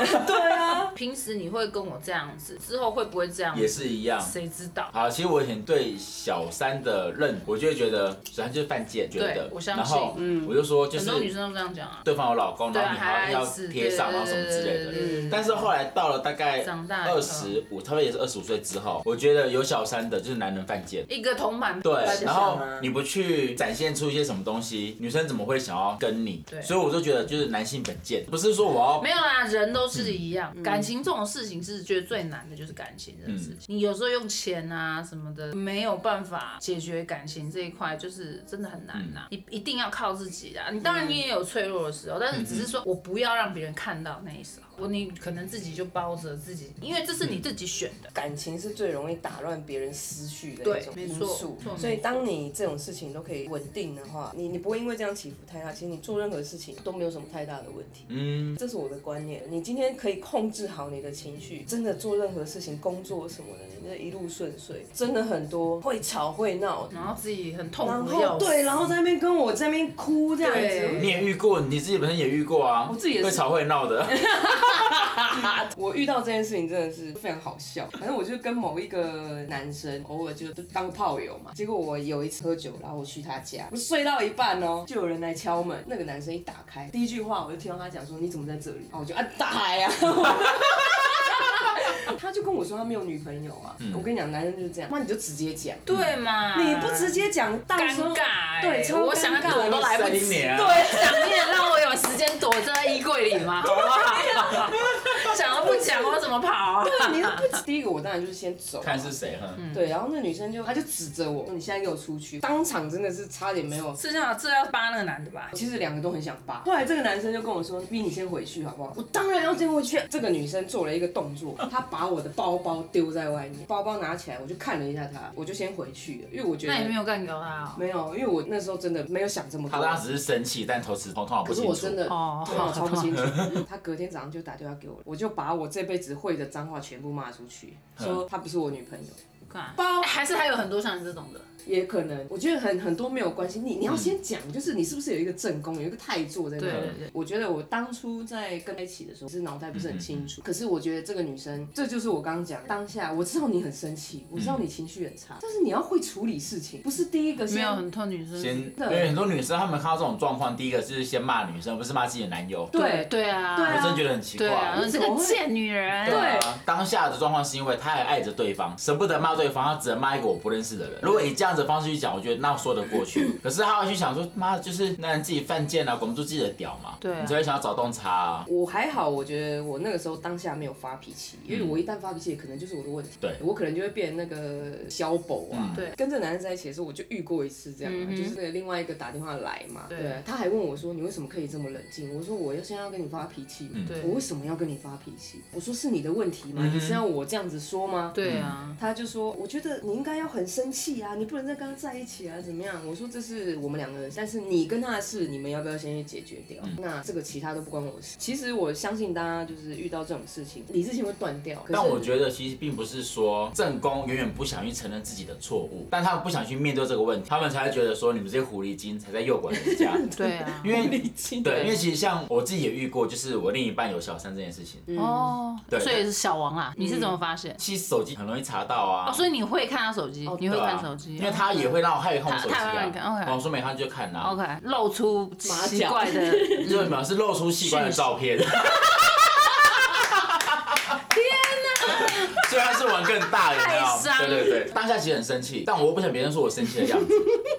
Speaker 5: (laughs) 平时你会跟我这样子，之后会不会这样子？
Speaker 3: 也是啊一样。
Speaker 5: 谁知道？
Speaker 3: 好，其实我以前对小三的认，我就会觉得小三就是犯贱，觉得
Speaker 5: 对，我相嗯
Speaker 3: 然后
Speaker 4: 信
Speaker 3: 我就说就
Speaker 5: 很多女
Speaker 3: 是
Speaker 5: 生都这样讲啊。
Speaker 3: 对方有老公，
Speaker 5: 对
Speaker 3: 然
Speaker 5: 啊，
Speaker 3: 后你还要
Speaker 5: 还
Speaker 3: 要贴上，啊然后什么之类的。嗯
Speaker 5: 的
Speaker 3: 但是后来到了大概
Speaker 5: 长大以后
Speaker 3: 二十五，差不多也是二十五岁之后，我觉得有小三的就是男人犯贱。
Speaker 5: 一个铜板
Speaker 3: 对
Speaker 5: 拍，下
Speaker 3: 然后
Speaker 4: 啊
Speaker 3: 你不去展现出一些什么东西，女生怎么会想要跟你？
Speaker 5: 对
Speaker 3: 所以我就觉得就是男性本贱，不是说我要
Speaker 5: 没有啦，人都是一样，感情这种事情是觉得最难的，就是感情这个事情。你有时候用钱啊什么的没有办法解决感情这一块，就是真的很难呐、你一定要靠自己啦。你当然你也有脆弱的时候，但是只是说我不要让别人看到那一时候，我你可能自己就包着自己，因为这是你自己选的。
Speaker 4: 感情是最容易打乱别人思绪的
Speaker 5: 对
Speaker 4: 一种
Speaker 5: 没
Speaker 4: 因
Speaker 5: 错
Speaker 4: 素
Speaker 5: 没错，
Speaker 4: 所以当你这种事情都可以稳定的话，你你不会因为这样起伏太大，其实你做任何事情都没有什么太大的问题。
Speaker 3: 嗯，
Speaker 4: 这是我的观念。你今天可以控制好你的情绪，真的做任何事情、工作什么的，你这一路顺遂。真的很多会吵会闹，
Speaker 5: 然后自己很痛
Speaker 4: 然
Speaker 5: 苦的要
Speaker 4: 后
Speaker 5: 死，
Speaker 4: 对，然后在那边跟我在那边哭这样
Speaker 5: 对
Speaker 4: 子。
Speaker 3: 你也遇过，你自己本身也遇过啊，
Speaker 4: 我自己也是嗯
Speaker 3: 会吵会闹的，
Speaker 4: 我遇到这件事情真的是非常好笑。反正我就跟某一个男生偶尔就当炮友嘛，结果我有一次喝酒，然后我去他家，我睡到一半哦，就有人来敲门。那个男生一打开，第一句话我就听到他讲说：“你怎么在这里？”然后我就啊 (laughs) 打呀。他就跟我说他没有女朋友啊，
Speaker 5: 嗯
Speaker 4: 我跟你讲，男生就是这样，那你就直接讲，
Speaker 5: 对嘛？
Speaker 4: 你不直接讲，到
Speaker 5: 嗯尴
Speaker 4: 时候
Speaker 5: 尬、欸，
Speaker 4: 对哦超
Speaker 5: 我想
Speaker 4: 尴尬
Speaker 5: 躲都来不及，
Speaker 3: 年啊，
Speaker 5: 对，想念让我有时间躲在衣柜里
Speaker 3: (laughs)
Speaker 5: 吗？好不
Speaker 3: 啊
Speaker 5: 好？ (laughs) 想要不讲我怎么跑啊？
Speaker 4: 对你都不，第一个我当然就是先走啊，
Speaker 3: 看是谁哈。
Speaker 4: 对，然后那女生就她就指着我，说你现在给我出去，当场真的 (laughs) 是差点没有
Speaker 5: 是这样，这要扒那个男的吧？
Speaker 4: 其实两个都很想扒。后来这个男生就跟我说：“逼你先回去好不好？”我当然要先回去。这个女生做了一个动 (laughs) 作，她把我的包包丢在外面，包包拿起来，我就看了一下她，我就先回去了，因为我觉
Speaker 5: (laughs)
Speaker 4: 得
Speaker 5: 那你没有干掉他哦？
Speaker 4: 没有，因为我那时候真的没有想这么
Speaker 3: 他当
Speaker 4: 多。
Speaker 3: 时是生气，但头词通通常
Speaker 4: 可
Speaker 3: 不
Speaker 4: 是
Speaker 3: 清
Speaker 4: 我
Speaker 3: 楚
Speaker 4: 真。的
Speaker 5: 哦
Speaker 4: 头脑超不清楚， (laughs) 她隔天早嗯上就打电话给我，我就把我这辈子会的脏话全部骂出去，说她不是我女朋友。
Speaker 5: 干
Speaker 4: 包
Speaker 5: 哎还是还有很多像你这种的，
Speaker 4: 也可能，我觉得很很多没有关系。你你要先讲，就是你是不是有一个正宫，有一个太座在那
Speaker 5: 对
Speaker 4: 里。
Speaker 5: 对对，
Speaker 4: 我觉得我当初在跟他一起的时候，是脑袋不是很清
Speaker 5: 嗯
Speaker 4: 楚。可是我觉得这个女生，这就是我刚刚讲，当下我知道你很生
Speaker 5: 嗯
Speaker 4: 气，我知道你情绪很差，但是你要会处理事情，不是第一个
Speaker 5: 没
Speaker 4: 先
Speaker 5: 有很痛女生，
Speaker 3: 先，
Speaker 4: 的
Speaker 3: 因为很多女生她们看到这种状况，第一个就是先骂女生，不是骂自己的男友。
Speaker 5: 对
Speaker 4: 对
Speaker 5: 对啊，
Speaker 4: 对
Speaker 3: 我
Speaker 4: 啊
Speaker 3: 真的觉得很奇怪。
Speaker 5: 对啊，你这个贱女人，
Speaker 4: 对
Speaker 3: 啊，当下的状况是因为他还爱着对方，舍不得骂对方，他只能骂一个我不认识的人。如果以这样子的方式去讲，我觉得那说得过去。
Speaker 5: 嗯
Speaker 3: 可是他会去想说，妈的，就是那人自己犯贱啊，管不住自己的屌嘛，
Speaker 5: 对啊
Speaker 3: 你才会想要找洞察啊。
Speaker 4: 我还好，我觉得我那个时候当下没有发脾气，因
Speaker 5: 嗯
Speaker 4: 为我一旦发脾气，可能就是我的问题。
Speaker 3: 对
Speaker 4: 我可能就会变那个小狗啊。
Speaker 3: 嗯
Speaker 5: 对
Speaker 4: 跟这个男生在一起的时候，我就遇过一次这样、啊，
Speaker 5: 嗯哼
Speaker 4: 就是那个另外一个打电话来嘛，
Speaker 5: 对
Speaker 4: 对，他还问我说你为什么可以这么冷静？我说我要现在要跟你发脾气，
Speaker 3: 嗯
Speaker 5: 对
Speaker 4: 我为什么要跟你发脾气？我说是你的问题吗？
Speaker 3: 嗯哼
Speaker 4: 你是要我这样子说吗？
Speaker 5: 对啊，
Speaker 4: 他就说：“我觉得你应该要很生气啊，你不能再跟他在一起啊，怎么样？”我说：“这是我们两个人，但是你跟他的事，你们要不要先去解决掉？
Speaker 3: 嗯
Speaker 4: 那这个其他都不关我的事。”其实我相信大家就是遇到这种事情，理智性会断掉。嗯
Speaker 3: 但我
Speaker 4: 得
Speaker 3: 觉得其实并不是说正宫永远不想去承认自己的错误，但他们不想去面对这个问题，他们才会觉得说你们这些狐狸精才在诱拐人
Speaker 5: (laughs)
Speaker 3: 家。
Speaker 5: 对
Speaker 4: (laughs)
Speaker 5: 啊，
Speaker 3: 因为
Speaker 4: 理性
Speaker 3: 对，因为其实像我自己也遇过，就是我另一半有小三这件事情，
Speaker 4: 嗯
Speaker 5: 哦，
Speaker 3: 对嗯
Speaker 5: 所以是小王啊，你是怎么发现？
Speaker 3: 其实手机很容易查到啊。
Speaker 5: 哦，所以你会看他手机
Speaker 4: 哦，
Speaker 5: 你会
Speaker 3: 对啊
Speaker 5: 看手机，
Speaker 3: 因为他也会让我，他也看我手机
Speaker 5: 他他也会让你看
Speaker 3: 啊
Speaker 5: ，OK。
Speaker 3: 我说没看就看啊。
Speaker 5: OK 露出奇怪的，
Speaker 3: 就是表示露出器官的照片。天哪！ (laughs) (laughs) 虽然是玩更大，有没
Speaker 5: (laughs) 太伤
Speaker 3: 有？对对对，当下其实很生气，但我又不想别人说我生气的
Speaker 5: (laughs)
Speaker 3: 样子。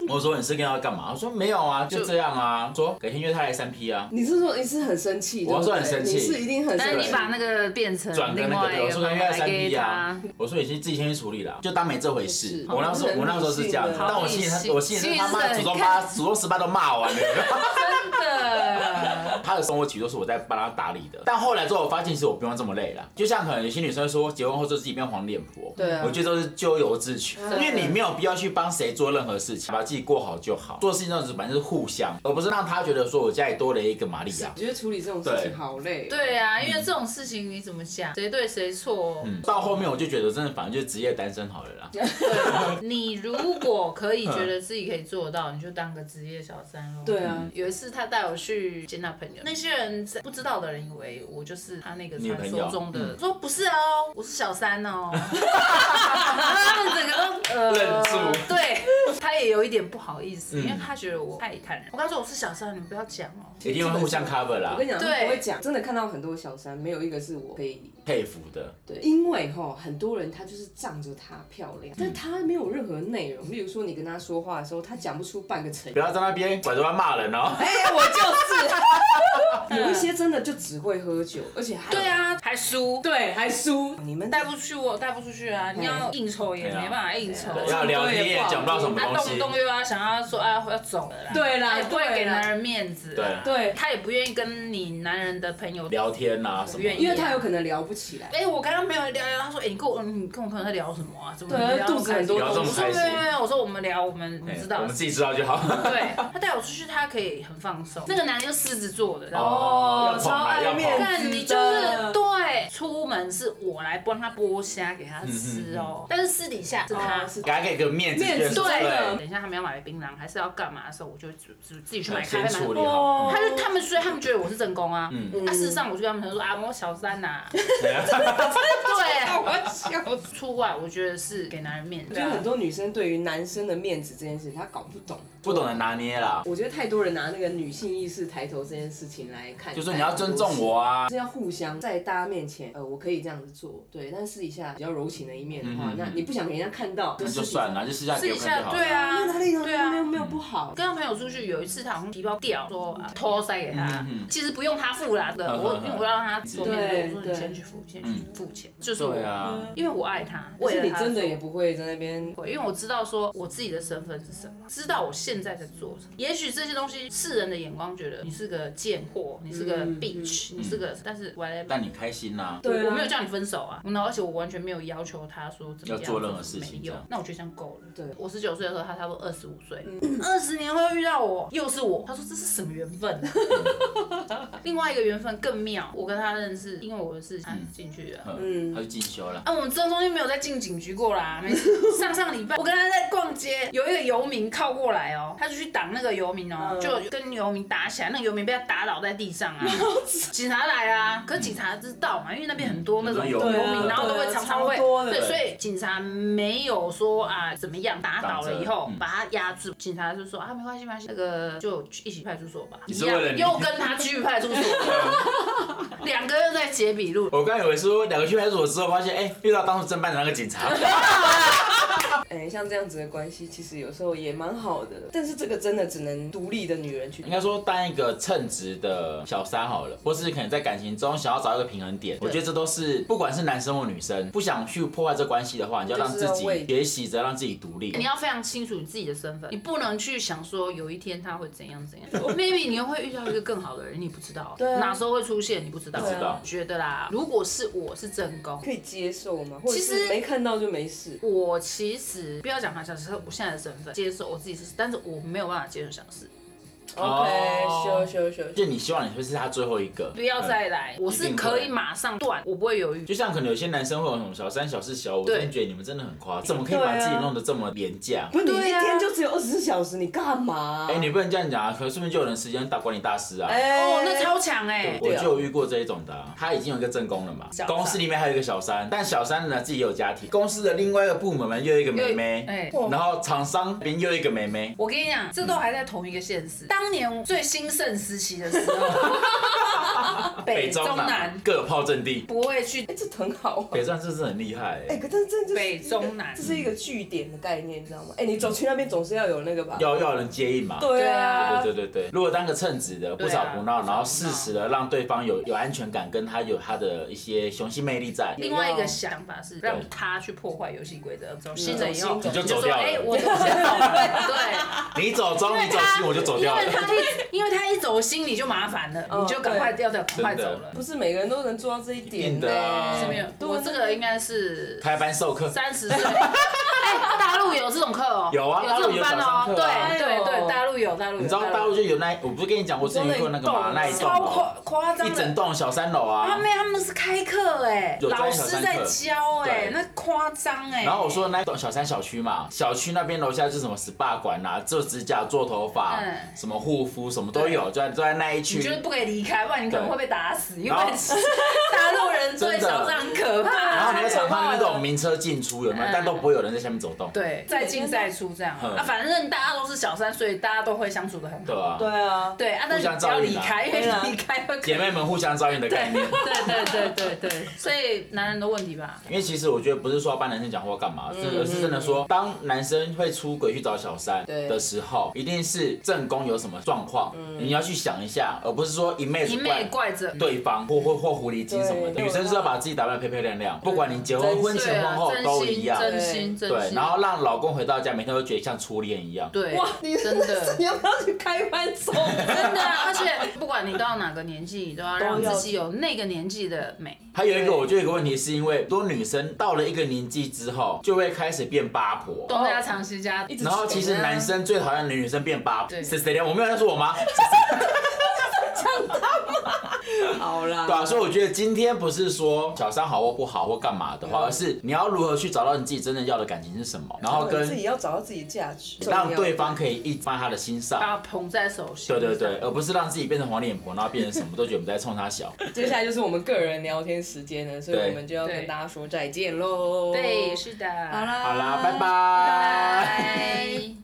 Speaker 3: 我说你是跟他干嘛？我说没有啊，就这样啊。说改天约他来三 P 啊，
Speaker 4: 你是说你是很生气？
Speaker 3: 我
Speaker 4: 对不
Speaker 3: 是
Speaker 4: 对
Speaker 3: 很生气
Speaker 4: 你是一定很生
Speaker 5: 但是
Speaker 4: 气。
Speaker 5: 你把那个变成
Speaker 3: 转跟
Speaker 5: 另
Speaker 3: 那个
Speaker 5: 外
Speaker 3: 对，
Speaker 5: 一
Speaker 3: 我
Speaker 5: 个
Speaker 3: 说
Speaker 5: 方
Speaker 3: 改天约来
Speaker 5: 法来
Speaker 3: 三
Speaker 5: 给
Speaker 3: P 啊
Speaker 5: 他。。
Speaker 3: 我说你先自己先去处理啦，就当没这回事
Speaker 4: 是。
Speaker 3: 我那时候我那时候是这样子，
Speaker 4: 好
Speaker 3: 但我心里
Speaker 5: 理性
Speaker 3: 我心里他妈祖
Speaker 5: 其实是
Speaker 3: 宗
Speaker 5: 很
Speaker 3: 八祖宗十八都骂完了。
Speaker 5: 真的，
Speaker 3: 他的生活其实都是我在帮他打理的。但后来之后，我发现其实我不用这么累了。就像可能有些女生说，结婚后就自己变黄脸婆，
Speaker 4: 对啊
Speaker 3: 我觉得都是咎由自取，
Speaker 4: 真的
Speaker 3: 因为你没有必要去帮谁做任何事情，把自己过好就好。做事情这样子反正是互相，而不是让他觉得说我家里多了一个玛利亚
Speaker 4: 我。觉得处理这种事情好累。，
Speaker 5: (laughs)
Speaker 4: 哦
Speaker 5: 对啊，因为这种事情你怎么讲，谁对谁错？
Speaker 3: 嗯，到后面我就觉得真的，反正就职业单身好了
Speaker 4: (laughs)
Speaker 3: 啦。
Speaker 5: 你如果可以觉
Speaker 3: 嗯
Speaker 5: 得自己可以做到，你就当个职业小三喽。
Speaker 4: 对啊，
Speaker 5: 有一次他带我去接纳朋友，那些人在不知道的人以为我就是他那个
Speaker 3: 女朋
Speaker 5: 传
Speaker 3: 友
Speaker 5: 说中的，
Speaker 3: 嗯
Speaker 5: 我说不是哦，我是小三
Speaker 3: (laughs)
Speaker 5: 哦，他们整个都呃
Speaker 3: 愣住
Speaker 5: 对他也有一点不好意思，
Speaker 3: 嗯
Speaker 5: 因为他觉得我太坦然。我跟他说我是小三，你们不要讲
Speaker 3: (laughs)
Speaker 5: 哦。
Speaker 3: 一定会互相啊 cover 啦
Speaker 4: 我跟，你讲，他
Speaker 5: 对
Speaker 4: 不会讲。真的看到很多小三，没有一个是我可以
Speaker 3: 佩服的。
Speaker 4: 对，因为哈，很多人他就是仗着她漂
Speaker 3: 嗯
Speaker 4: 亮，但她没有任何内容。例如说，你跟她说话的时候，她讲不出半个成语
Speaker 3: 不。要在那边拐着弯骂人
Speaker 4: (laughs)
Speaker 3: 哦。
Speaker 4: 哎、我
Speaker 3: (laughs)
Speaker 4: 就是。有一些真的就只会喝酒，而且还
Speaker 5: 对，啊，还输。
Speaker 4: 对，还输。你们
Speaker 5: 带不去我带不出去啊！你要应酬也
Speaker 3: 嗯对啊
Speaker 5: 没办法应酬，
Speaker 3: 对要聊天也讲不到什么
Speaker 5: 他
Speaker 3: 东
Speaker 5: 动不
Speaker 3: 西。
Speaker 5: 动又要想要说啊要走了啦，
Speaker 4: 对
Speaker 5: 他
Speaker 4: 啦，
Speaker 5: 也不会
Speaker 4: 对
Speaker 5: 给
Speaker 4: 啦
Speaker 5: 男人面子，啊
Speaker 3: 对，啊
Speaker 4: 对，
Speaker 5: 他也不愿意跟你男人的朋友
Speaker 3: 聊天啊什么的，
Speaker 5: 愿意
Speaker 4: 因为他有可能聊不起来。
Speaker 5: 哎、我刚刚没有聊聊，他说，哎、你跟我，你跟我朋友在聊什么啊？怎么
Speaker 4: 对
Speaker 5: 聊
Speaker 4: 肚子很多
Speaker 5: 我
Speaker 3: 东西
Speaker 5: 说没有没有没有，我说我们聊，我们我
Speaker 3: 哎
Speaker 5: 们知道
Speaker 3: 我。们自己知道就好。
Speaker 4: (laughs)
Speaker 5: 对，他带我出去，他可以很放松。那个男的就狮子座的，然
Speaker 3: 哦
Speaker 5: 后。
Speaker 3: 要捧
Speaker 4: 超
Speaker 3: 啊
Speaker 4: 爱
Speaker 3: 要捧
Speaker 4: 面子
Speaker 5: 但你就是对，出门是我来帮他剥虾给
Speaker 3: 嗯
Speaker 5: 他吃哦，但是私底下是他
Speaker 4: 哦是
Speaker 3: 给他给个面子，
Speaker 4: 面
Speaker 3: 觉得
Speaker 4: 子
Speaker 3: 说
Speaker 4: 对的
Speaker 5: 等一下他们要买槟榔还是要干嘛的时候，我就自自自己去买
Speaker 3: 对，先
Speaker 5: 咖啡买
Speaker 3: 处理好。
Speaker 5: 他就他们所以他们觉得我是正宫啊，
Speaker 3: 嗯
Speaker 5: 嗯，那事实上我就跟他们说啊，我小
Speaker 3: (laughs)
Speaker 5: 三呐、
Speaker 4: 我笑
Speaker 5: 对，出外我觉得是给男人面子，啊
Speaker 4: 我觉得很多女生对于男生的面子这件事，她搞不懂。
Speaker 3: 不懂得拿捏啦，
Speaker 4: 我觉得太多人拿那个女性意识抬头这件事情来看，
Speaker 3: 就说你要尊重我啊。
Speaker 4: 是要互相在大家面前，呃，我可以这样子做，对，但私底下比较柔情的一面的
Speaker 3: 嗯嗯
Speaker 4: 话，
Speaker 3: 嗯
Speaker 4: 那你不想给人家看到，
Speaker 3: 那就算了，就私下
Speaker 5: 试
Speaker 3: 给
Speaker 5: 一
Speaker 3: 我看
Speaker 5: 下
Speaker 3: 就，好
Speaker 5: 对
Speaker 3: 了。
Speaker 5: 啊，
Speaker 4: 那哪里有
Speaker 5: 对啊
Speaker 4: 没有。没有不好，
Speaker 5: 跟他朋友出去，有一次他好像皮包掉，说啊托塞给他
Speaker 3: 嗯嗯，
Speaker 5: 其实不用他付啦的，
Speaker 3: 嗯嗯
Speaker 5: 我
Speaker 3: 嗯嗯
Speaker 5: 因为我要让他做面子，
Speaker 4: 对
Speaker 5: 我说你
Speaker 4: 对
Speaker 5: 先去付，先去付钱，就是我
Speaker 3: 对，啊，
Speaker 5: 因为我爱他，
Speaker 4: 可
Speaker 5: 为
Speaker 4: 是
Speaker 5: 了
Speaker 4: 你
Speaker 5: 他
Speaker 4: 真的
Speaker 5: 做
Speaker 4: 也不会在那边
Speaker 5: 因为我知道说我自己的身份是什么，知道我现在在做什么。也许这些东西世人的眼光觉得你是个贱货，你是个
Speaker 4: 嗯
Speaker 5: bitch，、你是个，但是 whatever。
Speaker 3: 但你开心呐，
Speaker 4: 对啊
Speaker 5: 我没有叫你分手啊，然后而且我完全没有要求他说怎么样
Speaker 3: 要做任何事情这
Speaker 5: 没有
Speaker 3: 样，
Speaker 5: 那我觉得这样够了。
Speaker 4: 对
Speaker 5: 我十九岁的时候，他差不多二十五岁，二十年后又遇到我，又是我，他说这是什么缘分、
Speaker 3: (laughs)
Speaker 5: 啊？另外一个缘分更妙，我跟他认识，因为我是他进去的。
Speaker 3: 嗯，他就进修了。
Speaker 5: 啊，我们这中间没有再进警局过啦，
Speaker 4: (laughs)
Speaker 5: 没事。上上礼拜我跟他在逛街，有一个游民靠过来哦、他就去挡那个游民哦、
Speaker 4: 嗯
Speaker 5: 就跟游民打起来，那个游民被他打倒在地
Speaker 4: (laughs)
Speaker 5: 上啊，警察来啦、可是警察知道嘛，因为那边很多那种
Speaker 3: 嗯很
Speaker 5: 游
Speaker 3: 多游民
Speaker 5: 民，然后都会
Speaker 4: 对啊
Speaker 5: 常常会
Speaker 4: 超多的
Speaker 5: 对，所以警察没有说啊怎么样打倒了以
Speaker 3: 挡
Speaker 5: 后
Speaker 3: 着嗯
Speaker 5: 把他压制，警察就说啊没关系没关系，那个就去一起派出所吧，
Speaker 3: 你
Speaker 5: 一
Speaker 3: 是
Speaker 5: 样
Speaker 3: 为了你
Speaker 5: 又跟他去派出所，
Speaker 3: (laughs)
Speaker 5: 两个又在截笔录，
Speaker 3: 嗯我刚以为说两个去派出所之后，发现哎、遇到当初侦办的那个警察，
Speaker 4: 哎、像这样子的关系，其实有时候也蛮好的，但是这个真的只能独立的女人去
Speaker 3: 应。该说当一个称职的小三好了，或是可能在感情中想要找一个平衡点，我觉得这都是不管是男生或女生，不想去破坏这关系的话，你就要让自
Speaker 4: 就是要
Speaker 3: 己
Speaker 4: 为
Speaker 3: 学习着让自己独立。
Speaker 5: 你要非常清楚自己的身份，你不能去想说有一天他会怎样怎样。Maybe (laughs) 你又会遇到一个更好的人，你不知道，
Speaker 4: 对啊
Speaker 5: 哪时候会出现，你不知道。
Speaker 3: 不知道
Speaker 5: 觉得啦，如果是我是正宫。
Speaker 4: 可以接受吗？或者
Speaker 5: 其
Speaker 4: 是
Speaker 5: 实
Speaker 4: 没看到就没事？
Speaker 5: 我其实不要讲他小时候，我现在的身份接受我自己是，但是我没有办法接受小事，
Speaker 4: OK，
Speaker 3: 哦
Speaker 4: 修修修，
Speaker 3: 就你希望你会是他最后一个，
Speaker 5: 不要再来，我
Speaker 3: 一
Speaker 5: 是
Speaker 3: 定会
Speaker 5: 可以马上断，我不会犹豫。
Speaker 3: 就像可能有些男生会有那种小三、小四、小五，我
Speaker 5: 对啊
Speaker 3: 真的觉得你们真的很夸张，怎么可以把自己弄得这么廉价？
Speaker 4: 不是你一
Speaker 5: 对啊
Speaker 4: 天就只有二十四小时，你干嘛？
Speaker 3: 哎、你不能这样讲啊，可能顺便就有人时间打管理大师啊。
Speaker 4: 哎
Speaker 5: 哦，那超强哎、
Speaker 3: 我就有遇过这一种的啊、他已经有一个正宫了嘛，
Speaker 5: 小三
Speaker 3: 公司里面还有一个小三，但小三呢自己也有家庭，公司的另外一个部门呢又有一个妹妹，
Speaker 5: 又哎
Speaker 3: 然后厂商边又有一个妹妹，
Speaker 5: 我跟你讲，这都还在同一个县市。嗯当年最兴盛时期的时候， (laughs) 北中南
Speaker 3: 各有炮阵地，
Speaker 5: 不会去
Speaker 4: 哎，这很好啊。
Speaker 3: 北中南真的是很厉害、欸
Speaker 4: 哎，可是这这
Speaker 5: 北中南
Speaker 4: 这是一个据点的概念，你知道吗？哎，你走去那边总是要有那个吧？
Speaker 3: 要要有人接应嘛。
Speaker 4: 对啊，
Speaker 3: 对对对对，如果当个称职的，不
Speaker 5: 对啊
Speaker 3: 吵不闹，
Speaker 5: 不吵不闹
Speaker 3: 然后适时的让对方有有安全感，跟他有他的一些雄性魅力在，
Speaker 5: 另外一个想法是让他去破坏游戏规则，走新的以后
Speaker 4: 你
Speaker 3: 嗯就
Speaker 5: 你
Speaker 3: 走
Speaker 5: 说
Speaker 3: 掉了
Speaker 5: 哎，我走先
Speaker 3: (laughs)
Speaker 5: 走了，对，
Speaker 3: 你走中，你走西，我就走掉
Speaker 5: 因为
Speaker 3: 了。
Speaker 5: 他一因为他一走心你就麻烦了，
Speaker 4: 嗯
Speaker 5: 你就赶快掉掉，赶快走了。
Speaker 4: 不是每个人都能做到这一点
Speaker 3: 硬的啊
Speaker 5: 是没有，
Speaker 4: 对啊
Speaker 5: 我这个应
Speaker 3: (laughs)
Speaker 5: 该是
Speaker 3: 开班授课，
Speaker 5: 三十岁。哎，大陆有这种课哦，
Speaker 3: 有啊
Speaker 5: 有这种班
Speaker 3: 大
Speaker 5: 哦，
Speaker 3: 陆有小三课啊
Speaker 5: 对对
Speaker 4: 哎呦
Speaker 5: 对，大陆有大陆有，
Speaker 3: 你知道大陆就有那，我不是跟你讲，我之前遇过那个嘛，那一栋
Speaker 5: 超夸
Speaker 3: 楼，
Speaker 5: 夸张
Speaker 3: 一整
Speaker 5: 的。
Speaker 3: 栋小三楼
Speaker 5: 他
Speaker 3: 啊。
Speaker 5: 们他们是开课哎，
Speaker 3: 有专
Speaker 5: 老
Speaker 3: 业小
Speaker 5: 师
Speaker 3: 三课
Speaker 5: 在教哎
Speaker 3: 对，
Speaker 5: 那夸张哎。
Speaker 3: 然后我说那一栋小三小区嘛，小区那边楼下是什么 SPA 馆啦、做指甲、做头发、
Speaker 5: 嗯
Speaker 3: 什么护肤，什么都有，就在就在那一
Speaker 5: 你就是
Speaker 3: 区。
Speaker 5: 不可以离开，不然你可能会被打死，因为
Speaker 3: 然后
Speaker 4: (laughs)
Speaker 5: 大陆人对小三很可
Speaker 3: 然后
Speaker 5: 怕。
Speaker 3: 你在场
Speaker 5: (laughs)
Speaker 3: 上那种名车进出有没有？
Speaker 5: 嗯
Speaker 3: 但都不会有人在下面走动。
Speaker 5: 对，再进再出这样
Speaker 3: 嗯
Speaker 5: 啊，反正大家都是小三，所以大家都会相处的很好。
Speaker 3: 对啊，
Speaker 4: 对啊，
Speaker 5: 对啊，但是
Speaker 3: 互相
Speaker 5: 你不要
Speaker 3: 照应
Speaker 5: 离
Speaker 3: 啊
Speaker 5: 开，因
Speaker 4: 对
Speaker 5: (laughs)
Speaker 4: 啊
Speaker 5: 为离开会
Speaker 3: 姐妹们互相照应的概念。
Speaker 5: 对对对对对
Speaker 4: (laughs)
Speaker 5: 对，所以男人的问题吧。
Speaker 3: (laughs) 因为其实我觉得不是说要帮男生讲话干
Speaker 5: 嗯
Speaker 3: 嘛，这个是真的说，当男生会出轨去找小三
Speaker 4: 对
Speaker 3: 的时候，一定是正宫有什么状况，你要去想一下，而不是说一昧
Speaker 5: 嗯一
Speaker 3: 去
Speaker 5: 昧怪着，
Speaker 3: 对方或或或狐狸精什么的。
Speaker 4: 对
Speaker 3: 女生是要把自己打扮得漂漂亮亮，不管你结婚
Speaker 4: 真
Speaker 3: 婚
Speaker 5: 对
Speaker 3: 前婚
Speaker 5: 啊
Speaker 3: 后，
Speaker 5: 真
Speaker 3: 都一
Speaker 5: 心
Speaker 3: 样。
Speaker 5: 真心真
Speaker 3: 对，
Speaker 5: 心，
Speaker 3: 然后让老公回到家，每天都觉得像初恋一样。
Speaker 5: 对，
Speaker 4: 哇，你
Speaker 5: 真
Speaker 4: 你
Speaker 5: 的。
Speaker 4: 要不要去开班 (laughs) 走？
Speaker 5: 真的啊，而且不管你到哪个年纪，你都要让
Speaker 4: 都要
Speaker 5: 自己有那个年纪的美。
Speaker 3: 还有一个，我觉得有一个问题是因为，多女生到了一个年纪之后，就会开始变八婆。
Speaker 5: 东家长西家，
Speaker 4: 一直啊
Speaker 3: 然后其实男生最讨厌的女生变八婆
Speaker 5: 对
Speaker 3: 是谁的？我没有在说我妈。
Speaker 4: 好啦，
Speaker 3: 对啊，所以我觉得今天不是说小三好或不好或干嘛的话，而是你要如何去找到你自己真正要的感情是什么，然后
Speaker 4: 哦自己
Speaker 3: 跟
Speaker 4: 要找到自己的价值，
Speaker 3: 让对方可以一直放在他的心上。
Speaker 5: 把它捧在手心。
Speaker 3: 对对对，，
Speaker 5: 嗯
Speaker 3: 而不是让自己变成黄脸婆，然后变成什么都觉得我们在冲他小。
Speaker 4: (laughs) 接下来就是我们个人聊天时间了，所以
Speaker 3: 对
Speaker 4: 我们就要
Speaker 5: 对
Speaker 4: 跟大家说再见喽。
Speaker 5: 对，是的。好
Speaker 4: 好，啦，
Speaker 3: 好啦，拜
Speaker 4: 拜
Speaker 3: 拜。
Speaker 5: 拜。